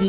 而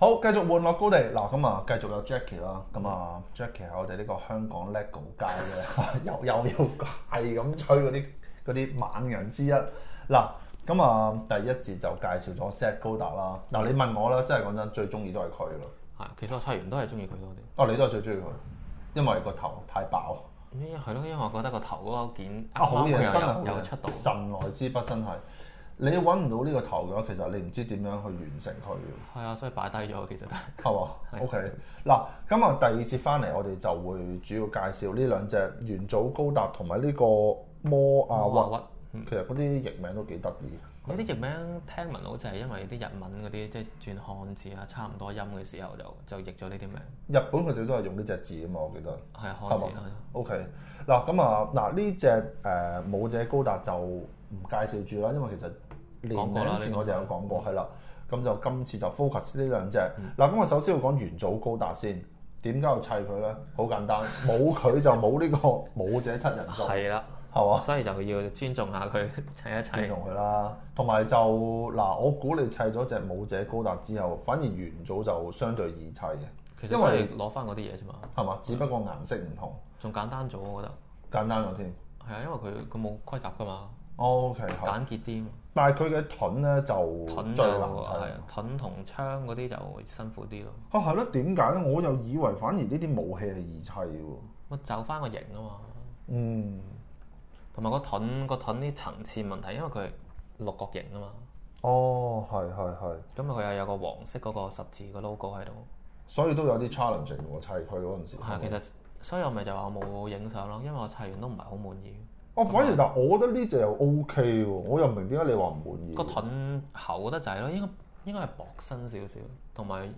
好，繼續玩樂高地嗱，咁啊繼續有 Jackie 啦，咁啊 Jackie 係我哋呢個香港 LEGO 界嘅 又又又係咁吹嗰啲嗰啲猛人之一嗱，咁啊第一節就介紹咗 Set 高達啦，嗱你問我啦，真係講真最中意都係佢咯，係，其實我砌完都係中意佢多啲。哦你都係最中意佢，因為個頭太爆咩係咯，因為我覺得個頭嗰個件啊好嘢，真係好啱啱佢又有嘢出到，神來之筆真係，你揾唔到呢個頭嘅話，其實你唔知點樣去完成佢嘅。係啊，所以擺低咗其實都係。係嘛係？OK，嗱，咁啊第二節翻嚟，我哋就會主要介紹呢兩隻元祖高達同埋呢個摩摩亞屈亞屈。嗯其實嗰啲譯名都幾得意，有啲譯名聽聞好似係因為啲日文嗰啲即係轉漢字啊，差唔多音嘅時候就就譯咗呢啲名，日本佢哋都係用呢隻字啊嘛，我記得。係漢字係啦嘛。？OK，嗱咁啊，嗱呢只誒武者高達就唔介紹住啦，因為其實年講過啦嗯零前呢個我哋有講過，係啦。咁就今次就 focus 呢兩隻。嗱，咁我首先要講元祖高達先，點解要砌佢咧？好簡單，冇佢就冇呢個武者七人族，係啦，係嘛？所以就要尊重下佢 砌一尊砌。重佢啦，同埋就嗱，我估你砌咗隻武者高達之後，反而元祖就相對易砌嘅，其實因都為係攞翻嗰啲嘢啫嘛，係嘛？只不過顏色唔同，仲簡單咗我覺得。簡單咗添。係啊，因為佢佢冇盔甲噶嘛， O K，係。簡潔啲嘛。但係佢嘅盾咧就盾就最難係砌。啊盾同槍嗰啲就辛苦啲咯。啊，係咯？點解咧？我又以為反而呢啲武器係易砌喎。咪就翻個型啊嘛，嗯，同埋個盾個盾啲層次問題，因為佢係六角形啊嘛，哦，係係係，咁佢又有個黃色嗰個十字個 logo 喺度，所以都有啲 challenge 喎，砌佢嗰陣時。係啊其實所以我咪就話我冇影相咯，因為我砌完都唔係好滿意。我哦反而嗱，我覺得呢隻又 O K 喎，我又唔明點解你話唔滿意。個盾厚得滯咯，應該應該係薄身少少，同埋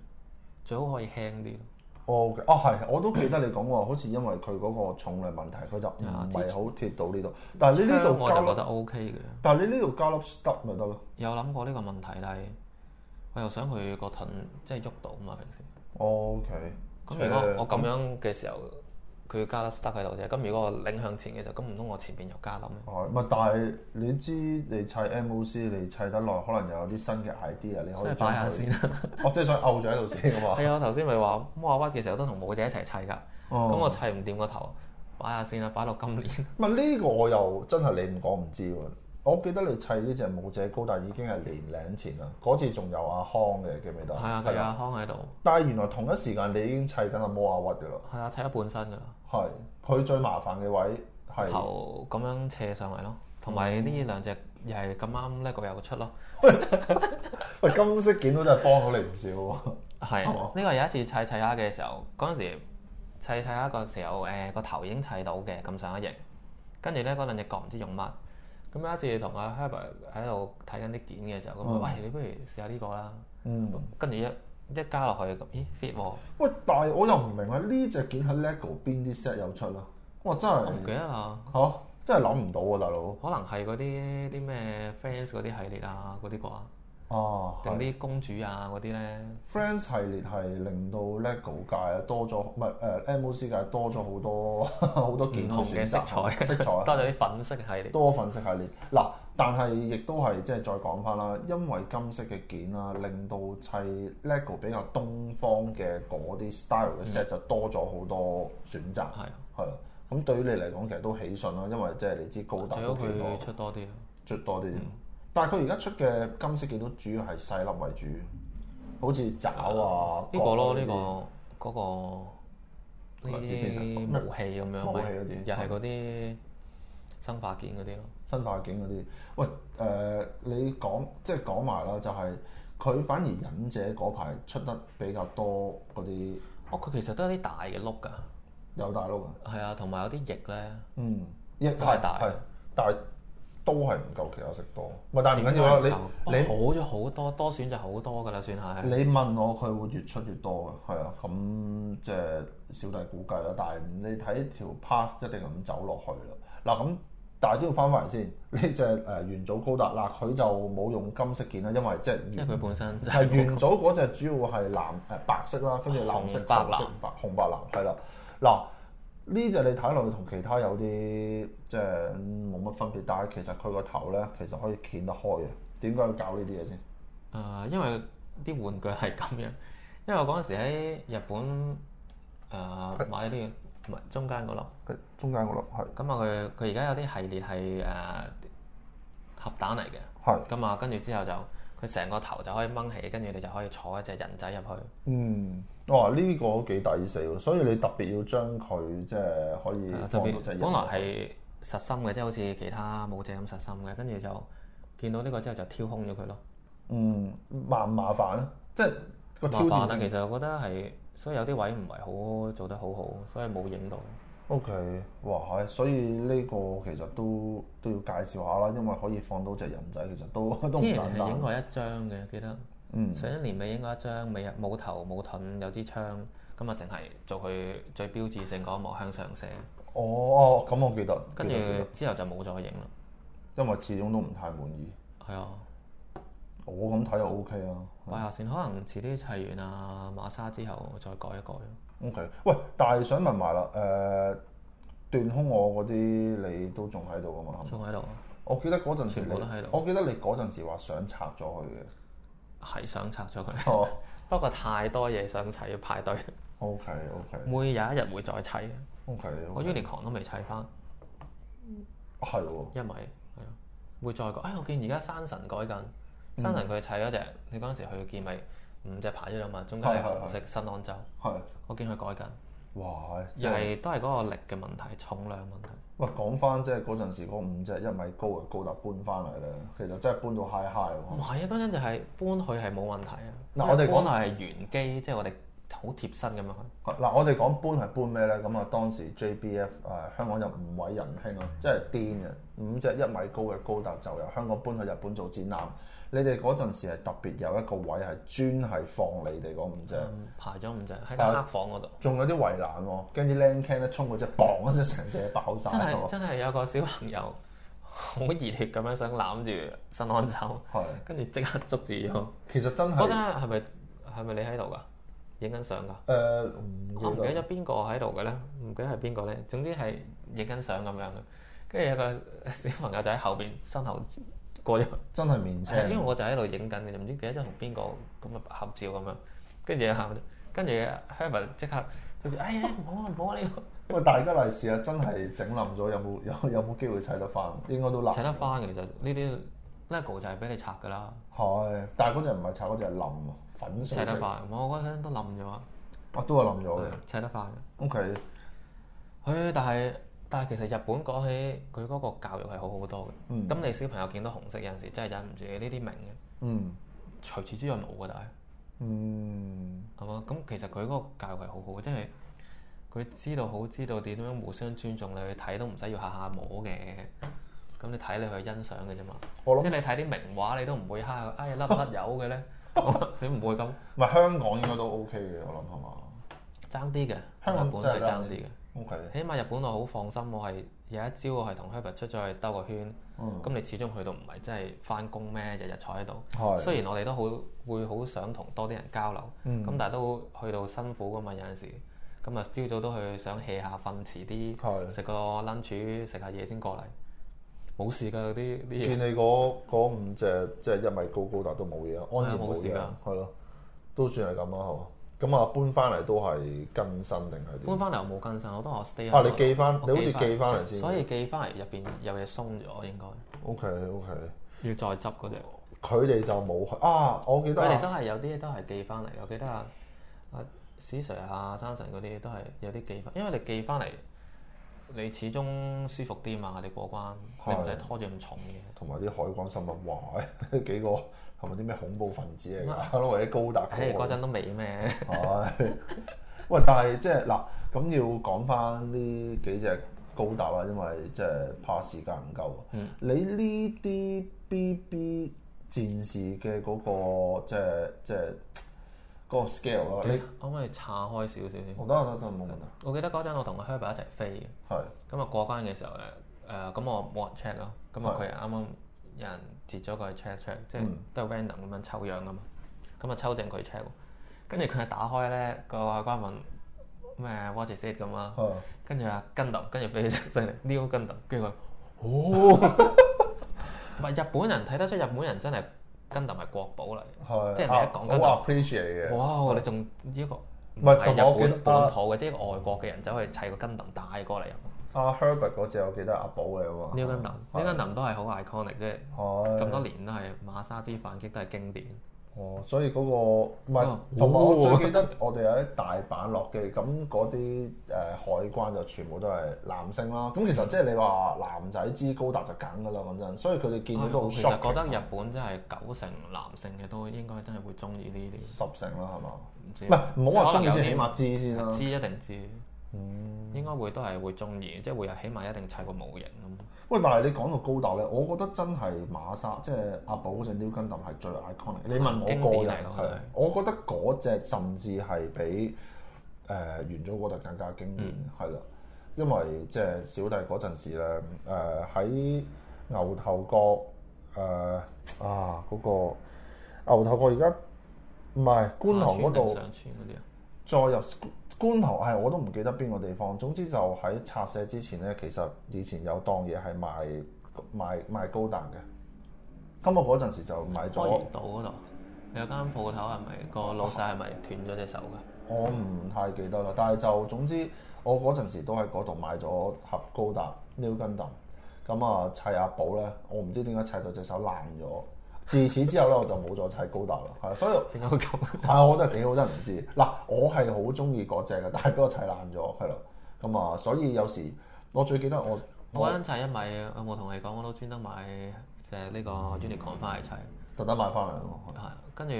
最好可以輕啲咯。哦，哦係，我都記得你講喎，好似因為佢嗰個重量問題，佢就啊唔係好貼到呢度。但係你呢槍度我加就覺粒，得 OK 嘅，但係你呢度加粒 stop 咪得咯。有諗過呢個問題，但係我又想佢個盾即係喐到啊嘛，平時。 O K，咁如啊果我咁樣嘅時候，佢加粒 star 喺度啫。咁如果我擰向前嘅時候，咁唔通我前邊又加粒咩？哦係咪？但係你知你砌 M O C 你砌得耐，可能又有啲新嘅 idea，你所可以以擺下將佢。 先啦。我即係想摳咗喺度先啊 嘛。係啊，我頭先咪話摩亞屈嘅時候都同舞者一齊砌㗎。咁我哦，砌唔掂個頭，擺下先啦，擺到今年。 咁呢個我又真係你唔講唔知喎。我記得你砌呢只武者高達已經係年零前啦，嗰次仲有阿康嘅，記唔記得？係啊，佢有阿康喺度，但係原來同一時間你已經砌緊阿摩亞屈嘅啦。係啊，砌咗半身㗎啦，係，佢最麻煩嘅位係，頭咁樣斜上嚟咯。同埋呢兩隻又係咁啱呢個有出咯。喂金色件都真係幫到你唔少 喎。係哦呢個有一次砌砌下嘅時候，嗰陣時砌砌下個時候，誒、個頭已經砌到嘅咁上一型，跟住咧嗰兩隻角唔知用乜，咁有一次同阿 Herbert 喺度睇緊啲件嘅時候，咁嗯話、喂你不如試下呢個啦，嗯，跟住一一加落去咁，咦 fit 喎，喂，但係我又唔明啊，呢只件喺 LEGO 邊啲 set 有出啊？哇，真我唔記係得啦，嚇、真係諗唔到啊，大佬。可能係嗰啲啲咩 Friends 嗰啲系列啊嗰啲啩，啊，定係啲公主啊嗰啲咧， Friends 系列係令到 LEGO 界多咗，唔係誒 MOC 界多咗好多好多件唔可以同嘅選色擇啊彩， 色彩多咗啲粉色系列，多粉色系列嗱，但係亦都係即係再講翻啦，因為金色嘅件啦，令到砌 LEGO 比較東方嘅嗰啲 style 嘅 set 就多咗好多選擇，嗯係啊係啦。咁對於你嚟講，其實都喜訊啦，因為即係你知高達啊最都好幾佢嗯多出多啲咯。啊出多啲，但係佢而家出嘅金色件都主要係細粒為主，好似爪啊呢個角咯，啊呢啲個嗰個呢粒子變成啲武器咁樣，武器咪嗰啲又係嗰啲生化件嗰啲咯。新化境嗰啲，喂誒、呃你講即係講埋啦，就係、佢反而忍者嗰排出得比較多嗰啲哦，佢其實都有啲大嘅碌㗎，有大陸啊，係啊，同埋有啲翼咧，嗯，亦都係大係，但係都係唔夠其他色多。喂，但係唔緊點要啊，解唔你夠哦你好咗好多，多選擇好多㗎啦，算係。你問我佢會越出越多嘅，係啊，咁即係小弟估計啦。但係你睇條 path 一定咁走落去啦。嗱咁，但係都要翻返嚟先。呢只誒元祖高達嗱，佢就冇用金色件啦，因為即係即係佢本身就係係元祖嗰只主要係藍誒白色啦，跟住藍色、紅白藍紅色白紅白藍係啦。嗱呢只你睇落去同其他有啲即係冇乜分別，但係其實佢個頭咧其實可以掀得開嘅。點解要搞呢啲嘢先？誒、啊因為啲玩具係咁樣，因為我嗰陣時喺日本誒、買啲嘢唔係中間嗰粒，佢中間嗰粒係咁啊佢佢而家有啲系列係誒、盒蛋嚟嘅，係咁啊跟住之後就佢成個頭就可以掹起，跟住你就可以坐一隻人仔入去。嗯，哇！呢、個幾抵死喎，所以你特別要將佢即係可以啊特嗯放別到隻人。本來係實心嘅，即係好似其他武者咁實心嘅，跟住就見到呢個之後就挑空咗佢咯。嗯麻唔麻煩咧？即係個麻挑煩啦，戰啊其性。實我覺得係，所以有啲位唔係好做得好好，所以冇影到。 O、k 哇係，所以呢個其實都都要介紹下啦，因為可以放到隻人仔，其實都都唔之前簡哦係影單。過一張嘅，記得嗯，上一年尾影過一張，尾冇頭冇盾，有支槍，咁啊淨係做佢最標誌性嗰一幕向上射，哦哦，咁我記得，跟住記得記得之後就冇再影啦。因為始終都唔太滿意，係啊，我咁睇就 O K 啊。擺下先，可能遲啲砌完啊馬沙之後再改一改咯。 O K，喂，但係想問埋啦，誒、斷空我嗰啲你都仲喺度噶嘛？係咪仲喺度，啊我記得嗰陣時你全部都喺度，我記得你嗰陣時話想拆咗佢 嘅。係想拆咗佢。 哦不過太多嘢想砌，要 排隊， ，OK OK 會有一日會再砌嘅。 OK，我 Unicorn 都未砌翻係喎，一米，係啊，會再改。哎，我見而家山神改緊，嗯山神佢砌嗰隻，你嗰陣時去見咪五隻牌咗啦嘛，中間係係係係紅色新安州，係我見佢改緊，哇！即又係係都係嗰個力嘅問題，重量問題。喂，講翻即係嗰陣時嗰五隻一米高嘅高達搬翻嚟咧，其實真係搬到 high high 唔喎。係啊，嗰陣就係搬去係冇問題啊。嗯嗱我哋講搬去係原機，即係我哋好貼身咁樣去。嗱，我哋講搬係搬咩咧？咁啊，當時 JBF 誒、啊香港有五位仁兄啊，真係癲嘅，五隻一米高嘅高達就由香港搬去日本做展覽。你哋嗰陣時係特別有一個位係專係放你哋嗰五隻。嗯排咗五隻喺間黑房嗰度，仲有啲圍欄喎，跟住僆 can 咧衝嗰只磅，一隻成隻爆晒真係喎，真係有個小朋友 好熱血咁樣想攬住新安州。係跟住即刻捉住咗。其實真嗰陣係係咪係咪你喺度㗎？影緊相㗎？誒我呃唔唔記記得得咗邊個喺度嘅咧，唔記得係邊個咧。總之係影緊相咁樣嘅。跟住有個 小朋友就喺後邊身後嗯過咗，真係面青，係因為我就喺度影緊嘅，就唔知記得咗同邊個咁啊合照咁樣。跟住喊，跟住 Herbert 即刻就住，哎呀唔好啊唔好啊呢個喂大家利是啊，真係整冧咗，有冇有有冇機會砌得翻？應該都砌難，得翻其實呢啲 lego 就係俾你拆㗎啦，嗯係，但係嗰只唔係拆，嗰只係冧啊，粉砌碎得式，快。我嗰陣都冧咗啊，啊都係冧咗嘅係砌得快嘅。 ，OK，佢但係但係其實日本講起佢嗰個教育係好好多嘅。咁、嗯你小朋友見到紅色有陣時真係忍唔住呢啲明嘅。嗯除此之外冇㗎，但係嗯係嘛？咁其實佢嗰個教育係好好，即係佢知道好知道點樣互相尊重你去睇都唔使要下下摸嘅。咁你睇你去欣賞嘅啫嘛。我諗即係你睇啲名畫，你都唔會蝦佢，哎呀甩唔甩油 嘅咧？你唔會咁唔係香港應該都 OK 嘅，我諗係嘛爭啲嘅，香港日本係真係爭爭啲啲嘅。 ？OK，起碼日本我好放心，我係有一朝我係同 Herbert 出咗去兜個圈。嗯，咁你始終去到唔係真係翻工咩？日日坐喺度。係，雖然我哋都好會好想同多啲人交流，咁、嗯但係都去到辛苦噶嘛，有陣時。咁啊，朝早都去想 hea 下瞓，遲啲係。食個 lunch，食下嘢先過嚟。冇事㗎，啲啲嘢見你嗰嗰五隻即係一米高高達都冇嘢，安然冇冇事事㗎㗎，係咯，都算係咁啦，係嘛？咁啊，搬翻嚟都係更新定係搬點？翻嚟我冇更新，我都話我 stay 啊，喺你度寄翻，你我好似寄寄翻嚟先。所以寄翻嚟入邊有嘢鬆咗，應該 OK OK，要再執嗰隻。佢哋就冇去啊！我記得佢哋啊都係有啲都係寄翻嚟，我記得啊啊史 Sir 啊、山神嗰啲都係有啲寄翻，因為你寄翻嚟，你始終舒服啲嘛，你過關，你唔使係拖住咁重嘅。同埋啲海關心諗，哇！ 呢幾個係咪啲咩恐怖分子嚟㗎？或者高達誒嗰啊嗰個陣都未咩，係喂，但係即係嗱，咁要講翻呢幾隻高答啦，因為即係怕時間唔夠。啊嗯你呢啲 BB 戰士嘅嗰、個即係即係嗰個 scale 咯，你哦可唔可以岔開少少先？我得我得得冇問題，我記得嗰陣我同個 Herbert 一齊飛嘅。係咁啊過關嘅時候咧，誒、咁我冇人 check 咯，咁啊係佢係啱啱有人截咗佢 check check，即係嗯都係 random 咁樣抽樣噶嘛，咁啊抽正佢 check，喎跟住佢係打開咧個海關問咩 what is it 咁啦，係跟住啊 Gundam，跟住俾佢整成 New Gundam，跟住佢哦唔係日本人睇得出日本人真係 Gundam 係國寶嚟，係，即係你啊一講緊好 appreciate 嘅，哇！你仲呢個唔唔係係同埋我記得啊日本本土嘅，即係一個外國嘅人走去砌個 Gundam 帶過嚟阿啊 Herbert 嗰只我記得係阿寶嚟喎 New Gundam，New Gundam 都係好 iconic 即係。係咁多年都係馬沙之反擊都係經典。哦，所以嗰、個唔係哦，同埋我最記得我哋喺大阪落機，咁嗰啲誒海關就全部都係男性啦。咁其實即係你話男仔知高達就梗噶啦，講真。所以佢哋見到都好哦啊其 shock，實覺得日本真係九成男性嘅都應該真係會中意呢啲，十成啦，係嘛？唔知啊唔係唔好話中意先，起可能碼知先有啲啦。嗯知一定知，應該會都係會中意，即係會有起碼一定砌個模型咁。喂，但係你講到高達咧，我覺得真係馬莎即係阿寶嗰只 New Gundam 係最 iconic。你問我經個典人嚟㗎係佢係，我覺得嗰只甚至係比誒元祖嗰特更加經典，嗯係啦、因為即係小弟嗰陣時咧，誒、喺牛頭角誒、啊嗰、個牛頭角而家唔係觀塘嗰下村定度。上村嗰啲啊，再入觀塘係我都唔記得邊個地方。總之就喺拆卸之前咧，其實以前有檔嘢係賣賣賣高達嘅。咁我嗰陣時就買開咗源，道嗰度有間鋪頭係咪個老細係咪斷咗隻手㗎？我唔太記得啦。但係就總之，我嗰陣時都喺嗰度買咗盒高達 New Gundam。咁啊，砌阿寶咧，我唔知點解砌到隻手爛咗。自此之後咧，我就冇再砌高達啦。係啊，所以點解 會咁？但係我真係幾好，真係唔知。嗱，我係好中意嗰只嘅，但係俾我砌爛咗，係咯。咁啊，所以有時我最記得我我我嗰陣砌一米，我冇同你講，我都專登買隻呢個嗯 unicorn 翻嚟砌，特登買翻嚟咯，係跟住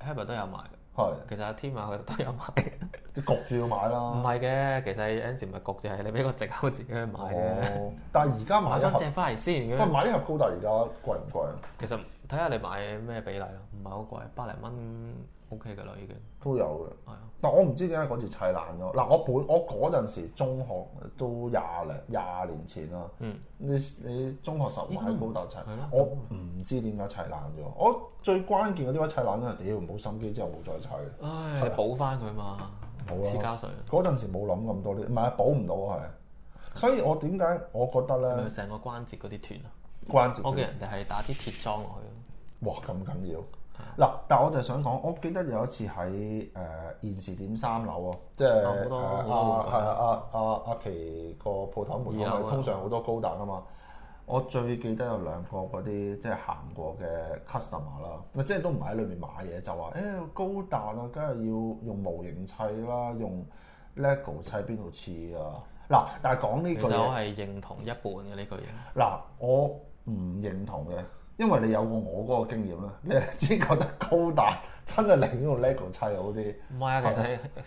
Herbert 都有買。係其實阿 Tim 啊，佢都 有買。即係焗住要買唔啦。係嘅，其實有陣時唔係焗住，係你俾個藉口自己去買嘅。哦，但係而家買買一翻盒，隻翻嚟先喂，咁。買一盒高達而家貴唔貴啊？其實睇下你買咩比例咯，唔係好貴，百零蚊 OK 嘅啦已經。都有嘅。係啊，但我唔知點解嗰次砌爛咗。嗱，我本我嗰陣時中學都廿零廿年前啦。嗯，你你中學實買高達砌係咯，我唔知點解砌爛咗。我最關鍵嗰啲位砌爛咗，屌冇心機之後冇再砌。唉，你補翻佢嘛，好啊黐膠水，嗰陣時冇諗咁多啲，唔係補唔到啊係。所以我點解我覺得係咪咧成個關節嗰啲斷啊？關節我見斷人哋係打啲鐵樁落去咯。哇咁緊要嗱，但係我就係想講，我記得有一次喺誒、呃、現時點三樓啊，即係哦好多呃好多玩啊具係啊啊啊阿奇個鋪頭門二口樓咪啊通常好多高達噶嘛。我最記得有兩個嗰啲即係行過嘅 customer 啦，嗱即係都唔係喺裏面買嘢，就話誒、高達啊，梗係要用模型砌啦，用 lego 砌邊度似啊？嗱，但係講呢其句實嘢我係認同一半嘅呢句嘢。嗱，我唔認同嘅，因為你有過我嗰個經驗啦， 你係知覺得高達真係寧願用 lego 砌好啲，唔係啊，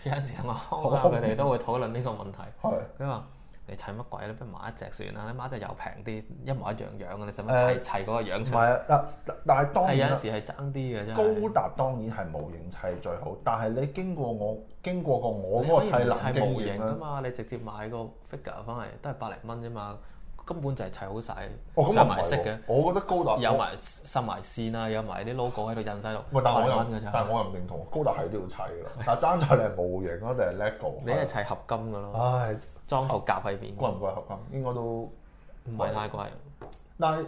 其實有陣時同我康啊佢哋都會討論呢個問題。係佢話：你砌乜鬼？你不如買一隻算啦，你買一隻又平啲，一模一樣樣嘅，你使乜砌砌嗰個樣唔出係嚟？啊？嗱，但但係當係有然陣啦時啊係爭啲嘅真高係。達當然係模型砌最好，但係你經過我經過過我你嗰個可以砌唔藍砌模經型驗㗎啦，嘛，你直接買個 figure 翻嚟都係百零蚊啫嘛，根本就係砌好晒，哦咁上又唔埋係色喎嘅，，我覺得高達有我埋塞埋線啊，有埋啲 logo 喺度印晒喂但係度，，百我零蚊又㗎但係咋。我又唔認同，高達係都要砌 㗎啦，但係爭在你係模型咯定係啊 lego？你係砌合金㗎咯，唉，裝到夾喺邊，貴唔貴合金？應該都，唔係太貴。但係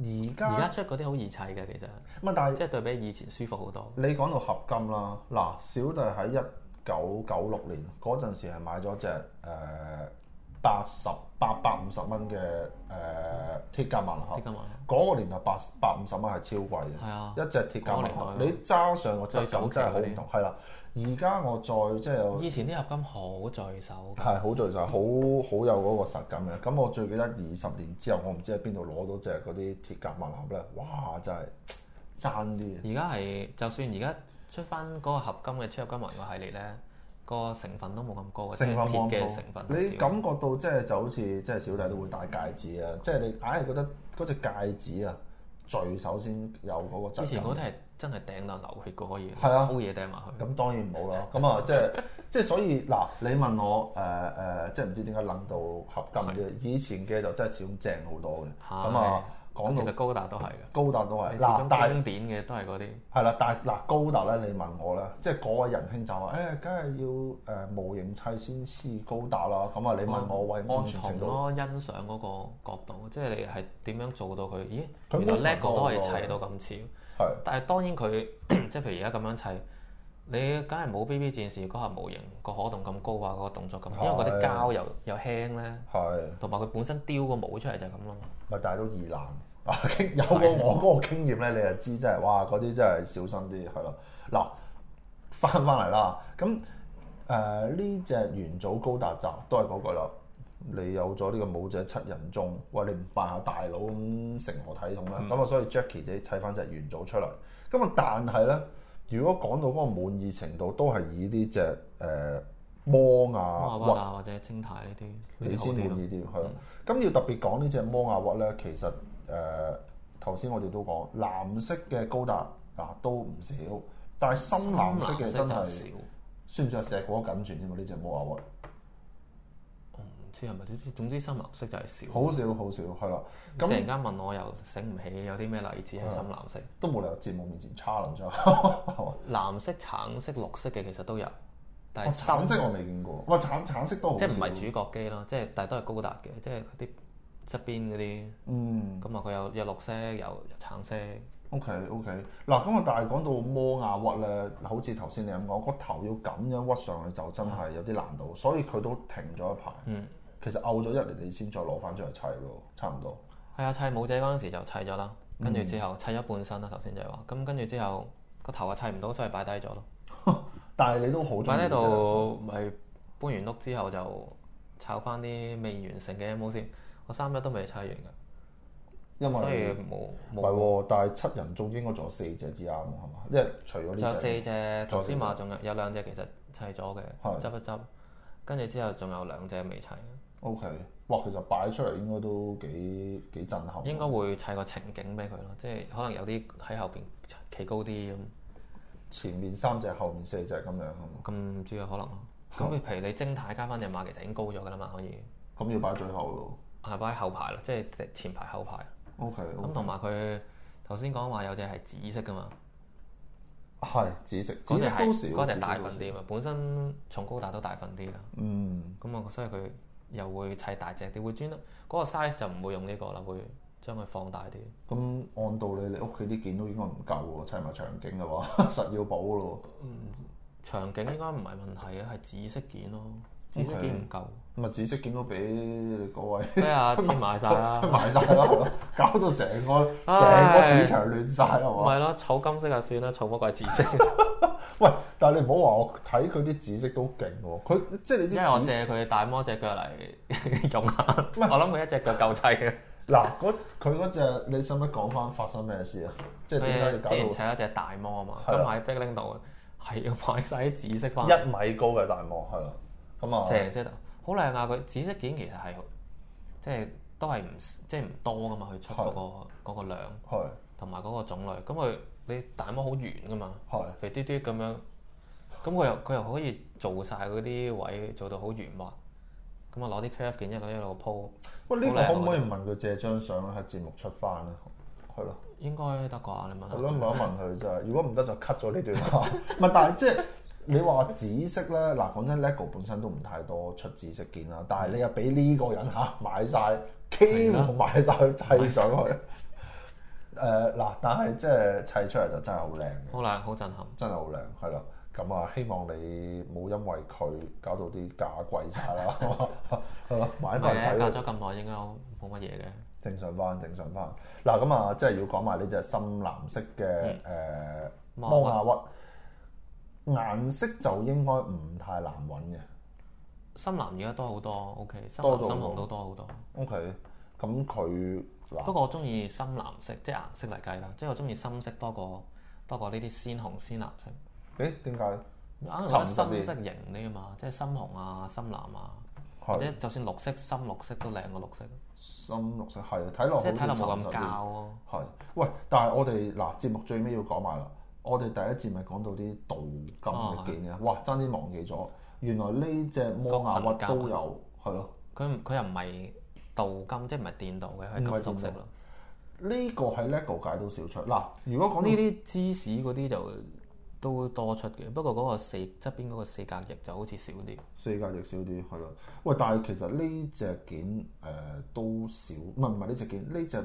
而而家家出嗰啲好易砌嘅，其實乜但係。即係對比以前舒服好多。你講到合金啦，嗱，小弟喺一九九六年嗰陣時係買咗隻誒八十八百五十蚊嘅誒鐵甲萬能啲俠，今日嗰個年代八百五十蚊係超貴嘅，係啊，一隻鐵甲萬能嗰個俠，年代你揸上個質感真係好最唔早同，係啦。而家我再即係有以前啲合金好在手㗎。係好聚就好好有嗰個實感嘅。咁我最記得二十年之後，我唔知喺邊度攞到隻嗰啲鐵甲萬能俠咧，哇！真係爭啲。而家係就算而家出翻嗰個合金嘅超合金文個系列咧，個成分都冇咁高嘅，即成係分鐵冇嘅咁成分高好，你少感覺到即係就好似即係小弟都會戴戒指啊，即係你硬係覺得嗰隻戒指啊，最首先有嗰個之質前感嗰啲係真係掟到流血嘅，可以係啊偷嘢掟埋去。咁當然冇啦。咁啊，即係 即係所以嗱，你問我誒誒、呃呃即係唔知點解諗到合金啫。以前嘅就真係始終正好多嘅。係咁啊，講咁其到實高達都係嘅，高達都你係始嗱，終但經典嘅都係嗰啲。係啦，但係嗱高達咧，你問我咧，即係嗰位仁兄就話誒，梗、係要誒、模型砌先黐高達啦。咁啊，你問我為安全程唔同度，咯，欣賞嗰個角度，即係你係點樣做到佢？咦，佢原 movement 來叻個都可以多砌咗到咁似。係但係當然佢 即係譬如而家咁樣砌，你梗係冇 B B 戰士嗰下模型個可動咁高啊，嗰個動作咁，因為嗰啲哦係膠又又輕咧，係，同埋佢本身雕個模出嚟就係咁啦嘛。咪但係都易難。啊經有過我嗰個經驗咧，你就知真係哇，嗰啲真係小心啲係咯。嗱，翻翻嚟啦，咁誒呢只元祖高達集都係嗰句啦。你有咗呢個武者七人眾，喂你唔扮下大佬咁成何體統咧？咁啊、所以 Jackie 自己砌翻隻元祖出嚟。咁啊，但係咧，如果講到嗰個滿意程度，都係以呢只誒摩摩亞亞屈屈啊，或者青苔呢啲，呢你啲好先啲滿咯。嗯意啲，係咯。咁要特別講呢只摩亞屈咧，其實誒頭先我哋都講藍色嘅高達嗱都唔少，但係深藍色嘅真深藍係色就少，算唔算係石果緊住添啊？呢只摩亞屈我唔知係咪呢啲。總之深藍色就係少。好少好少，係啦。突咁然間問我又醒唔起有啲咩例子係深藍色、都冇理由節目面前 challenge 啊係嘛藍色、橙色、綠色嘅其實都有，但哦係 深橙色我未見過，哇橙橙色都好即少係唔係主角機咯，即係但係都係高達嘅，即係嗰啲側邊嗰啲。嗯咁啊，佢有有綠色，有有橙色， OK OK 嗱咁啊，但係講到摩亞屈咧，好似頭先你咁講，個頭要咁樣屈上去就真係有啲難度，所以佢都停咗一排。嗯，其實漚咗一年，你先再攞翻出嚟砌咯，差唔多。係啊，砌武者嗰陣時就砌咗啦，嗯跟住之後砌咗半身啦，頭先就係話，咁跟住之後個頭啊砌唔到，所以擺低咗咯，但係你都好中意擺低呢隻度咪搬完屋之後就炒翻啲未完成嘅 M O 先，我三日都未砌完㗎，因所以為冇唔係冇喎，但係七人中應該仲有四隻至啱喎，係嘛？因為除咗仲呢有四隻，隻，頭先再話仲有有兩隻其實砌咗嘅，係執一執，跟住之後仲有兩隻未砌， O K，哇，其實擺出嚟應該都幾幾震撼。應該會砌個情景俾佢咯，即係可能有啲喺後邊企高啲咁。前面三隻，後面四隻咁樣係嘛？咁唔知啊，可能咯。咁譬如你精太加翻只馬，其實已經高咗噶啦嘛，可以咁要擺最後咯。係擺喺後排啦，即係前排後排。 O K，咁同埋佢頭先講話有隻係紫色噶嘛，係紫色，嗰紫隻色都少，係嗰紫隻色大都份少。啲嘛，本身重高達都大份啲啦。嗯，咁啊，所以佢又會砌大隻啲，會專登嗰個 size 就唔會用呢個啦，會將佢放大啲。咁按道理你屋企啲件都應該唔夠喎，砌埋場景嘅話， 實要補咯。場景應該唔係問題嘅，係紫色件咯，紫色件唔夠，咁啊，紫色件都俾你嗰位。咩啊天買 晒啦，埋晒啦，搞到成個成個唉市場亂晒啦，係嘛？咪咯，草金色就算啦，草乜鬼紫色？喂，但係你唔好話我睇佢啲紫色都勁喎，佢即係你因為我啲紫借佢大魔只腳嚟 用下，我諗佢一隻腳夠砌嘅。嗱嗰佢嗰隻，你使唔使講翻發生咩事啊？即係佢點解之要前搞砌咗隻大魔啊嘛，係咁啦喺 Big Link 度係要買晒啲紫色翻嚟，到一米高嘅大幕係啦？咁啊，成隻都好靚啊！佢紫色件其實係即係都係唔即係唔多噶嘛，佢出嗰個嗰個量係同埋嗰個種類。咁佢你大魔好圓噶嘛，係肥嘟嘟咁樣，咁佢又佢又可以做晒嗰啲位做到好圓滑。咁啊攞啲 curve 件一路一路鋪，喂呢個好靚啊可唔可以問佢借張相喺節目出翻咧？係咯，應該得啩？你問下我佢。諗問一問佢就係，如果唔得就 cut 咗呢段話。 唔係，但係即係。你話紫色咧，嗱講真，LEGO 本身都唔太多出紫色件啦，但係你又俾呢個人嚇買晒，幾乎買晒去砌上去。誒嗱，但係即係砌出嚟就真係好靚嘅，好靚，好震撼。真係好靚，係啦。咁啊，希望你冇因為佢搞到啲價貴晒啦， 係啊咯，買翻唔係嚟嘅，睇隔都咗咁耐應該冇乜嘢嘅。正常翻，正常翻。嗱咁啊，即係要講埋呢只深藍色嘅誒摩摩亞屈，顏色就應該唔太難揾嘅。深藍而家多好多，OK，深多咗好藍多深紅都多好多。 OK，咁佢不嗱過我中意深藍色，即係顏色嚟計啦，即係我中意深色多過多過呢啲鮮紅鮮藍色。誒點解？啊，沉我覺實得啲深色型啲啊嘛，即係深紅啊、深藍啊，或者係就算綠色、深綠色都靚過綠色，深綠色係啊睇落即係睇落好冇似沉咁膠實啲咯。係，喂！但係我哋嗱節目最尾要講埋啦，我哋第一節咪講到啲哦鍍金嘅件嘅，哇！爭啲忘記咗，原來呢只摩牙個屈群膠都有，係咯。佢唔佢又唔係鍍金，即係唔係電鍍嘅，唔係係金屬電色鍍咯。呢個喺 LEGO 界都少出。嗱，如果講呢呢啲啲芝士嗰啲就都多出嘅，不過嗰個四側邊嗰個四格翼就好似少啲。四格亦少啲，係咯。喂，但係其實呢只件誒、呃都少，唔係唔係呢只件，呢只誒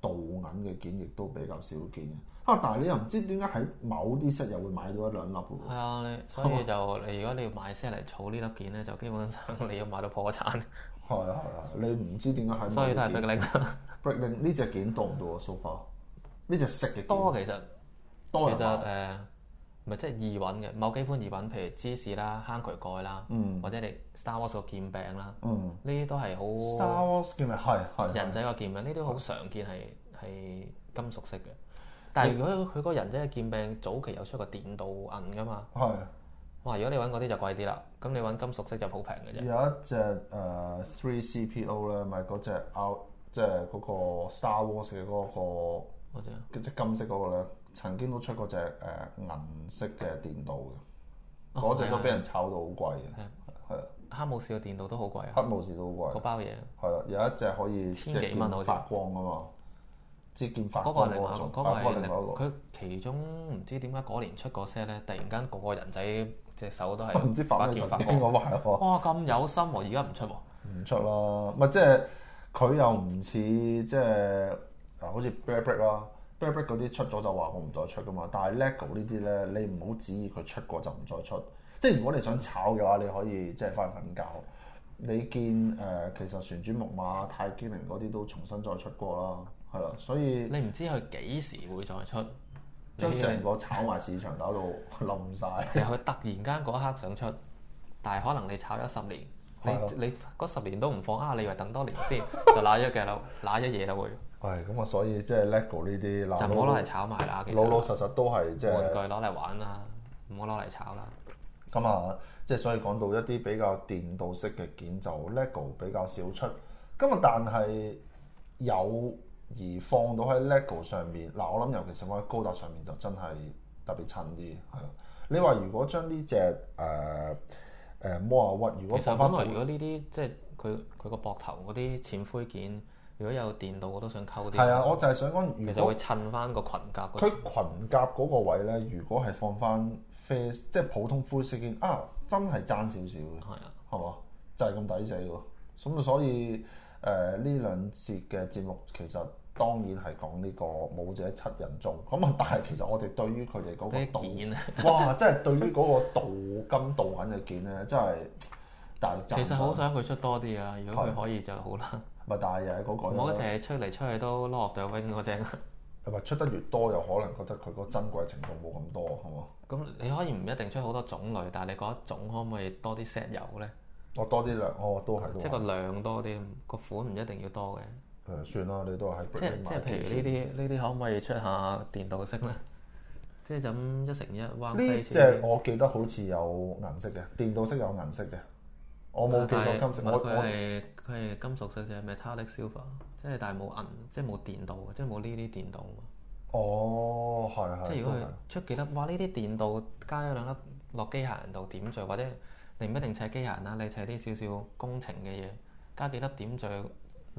鍍銀嘅件亦都比較少見嘅。啊，但係你又唔知點解喺某啲室又會買到一兩粒嘅係喎。啊，你所以就你如果你要買 set 嚟儲呢粒件咧，就基本上你要買到破產， 係啊係啊，你唔知點解喺所以都係某啲逼件拎 Breaking 呢只件多唔多啊？so far 呢只食嘅件 多其實多人其實買誒，咪即係易揾嘅，某幾款易揾，譬如芝士啦、坑渠蓋啦，嗯或者你 Star Wars 個劍柄啦，嗯呢啲都係 Star 好 Wars 嘅咪係係人仔個劍柄，呢啲好常見係係金屬色嘅。但係如果佢個人仔嘅劍柄早期有出過電鍍銀㗎嘛，係哇！如果你揾嗰啲就貴啲啦，咁你揾金屬色就好平嘅有啫。一隻誒 Three CPO 咧，咪嗰只 out 即係嗰個 Star Wars 嘅嗰、我知啊個嗰隻金色嗰個咧，曾經都出過隻誒、銀色嘅電鍍嘅，哦嗰隻都係啊俾人炒到好貴嘅，係啊，黑武士個電鍍都好貴啊，黑武士都好嗰貴，包嘢。係啊，有一隻可以千幾蚊好似發光啊嘛，即係劍發嗰個光係另外一個，種嗰個啊嗰係另外另一個。佢其中唔知點解嗰年出嗰 set 咧，突然間個個人仔隻手都 我唔知係發把咩劍神發經光。我壞喎，哇！咁有心喎，而家唔出喎。唔出啦。咪即係佢又唔似即係啊，好似 Bear Brick 啦，Bear Brick 嗰啲出咗就話我唔再出噶嘛。但係 LEGO 呢啲咧，你唔好指意佢出過就唔再出。即係如果你想炒嘅話，你可以即係翻去瞓覺。你見誒、呃其實旋轉木馬、泰姬陵嗰啲都重新再出過啦，係啦，所以你唔知佢幾時會再出，你將成係個炒賣市場搞到 冧晒。佢突然間嗰一刻想出，但係可能你炒咗十年，係啊咯你你嗰十年都唔放啊，你以為等多年 先就攋咗嘅啦，攋咗嘢啦會，係咁啊，所以即係 LEGO 呢啲嗱就唔好攞嚟炒賣啦。其實老老實實都係即係玩具攞嚟玩啦，唔好攞嚟炒啦。咁啊，即係所以講到一啲比較電鍍式嘅件就 LEGO 比較少出，咁啊但係有而放到喺 LEGO 上面，嗱我諗尤其是放喺高達上面就真係特別襯啲，係咯。你話如果將呢只呃誒誒摩亞屈，如果其實放翻本來如果呢啲即係佢佢個膊頭嗰啲淺灰件，如果有電到我都想溝啲。係啊，我就係想講，其如實果會襯翻個裙甲個佢裙甲嗰個位咧，如果係放翻啡即係普通灰色件啊，真係爭少少嘅。係啊，係嘛？就係咁抵死喎。咁啊，所以誒呢兩節嘅節目其實當然係講呢個武者七人眾。咁啊，但係其實我哋對於佢哋嗰呢個啲鍍，件啊，哇！真係對於嗰個鍍金鍍銀嘅件咧，真係大力其讚實好賞。想佢出多啲啊！如果佢可以就好啦，咪但係又係唔好嗰成個日出嚟出去都攞落對 wing 嗰只。係咪出得越多，又可能覺得佢個珍貴程度冇咁多，係嘛？ 咁你可以唔一定出好多種類，但係你嗰一種可唔可以多啲 set 油咧？我多啲量，哦，都係都即係係個量多啲，個款唔一定要多嘅。誒算啦，你都係喺即係 Brooklyn 即係買譬如件呢啲呢啲可唔可以出下電鍍色咧？即係就咁一成一彎呢飛只我記得好似有銀色嘅，電鍍色有銀色嘅，我冇記但係得金色。唔我係佢我係佢係金屬色啫，metallic silver，即係但係冇銀，即係冇電鍍嘅，即係冇呢啲電鍍嘛。哦，係係，即係如果都佢出幾粒，哇！呢啲電鍍加咗兩粒落機械人度點綴，或者你唔一定砌機械人啦，你砌啲少少工程嘅嘢，加幾粒點綴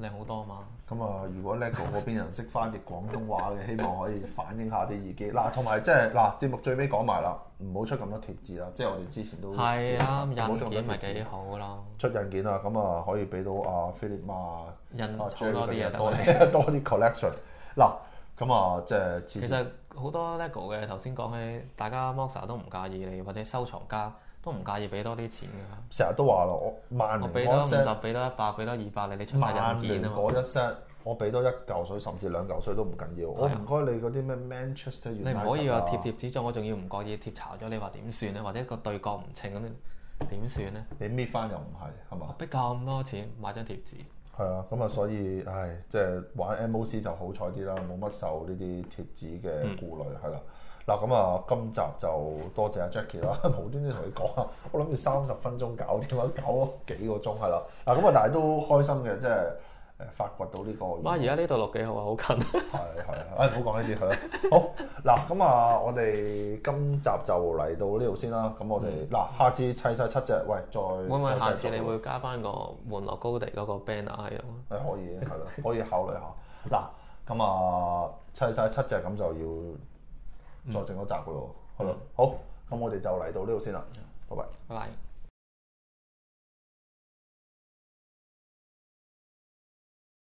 靚好多嘛。咁啊，如果 LEGO 嗰邊人識翻譯廣東話嘅，希望可以反映下啲意見。嗱，同埋即係嗱，節目最尾講埋啦，唔好出咁多貼字啦。即係我啊哋之前都係啦，唔好印出咁多件貼咪紙幾好咯，出印件啦，咁啊可以俾到阿 Philip 啊，印啊好多啲嘢得多啦。啲 多啲 collection。嗱，咁啊即係其實好多 lego 嘅頭先講起，大家 Moxa 都唔介意你，或者收藏家都唔介意俾多啲錢㗎。成日都話啦，我萬我年俾嗰多五 set 十，俾多一百，俾多二百，你你出晒萬印年件啊嘛嗰！一 set，我俾多一嚿水甚至兩嚿水都唔緊要。我唔該你嗰啲咩 Manchester 啊你唔可以 United 話啊貼貼紙張，我仲要唔覺意貼巢咗，你話點算咧？啊或者個對角唔稱咁，點算你咧？搣翻又唔係，係我嘛？俾咁多錢買張貼紙，係啊，咁啊，所以唉，即係玩 MOC 就好彩啲啦，冇乜受呢啲貼紙嘅顧慮係啦。嗯嗱咁啊，今集就多謝阿 Jackie 啦， 無端端同你講啊，我諗住三十分鐘搞掂啦，搞咗幾個鐘係啦。嗱咁啊，但係都開心嘅，即係誒發掘到呢個。哇！而家呢度錄幾好啊，好近。係係，誒唔好講呢啲係啦。好嗱，咁啊，我哋今集就嚟到呢度先啦。咁我哋嗱，下次砌晒七隻，喂，再嗯會唔會再下繼次續你咯會加翻個玩樂高地嗰個 banner 喺度？啊誒可以，係咯，可以考慮下。嗱，咁啊，砌晒七隻咁嗯就要再整多集噶咯，係咯。好，咁我哋就嚟到呢度先啦，拜拜。拜拜。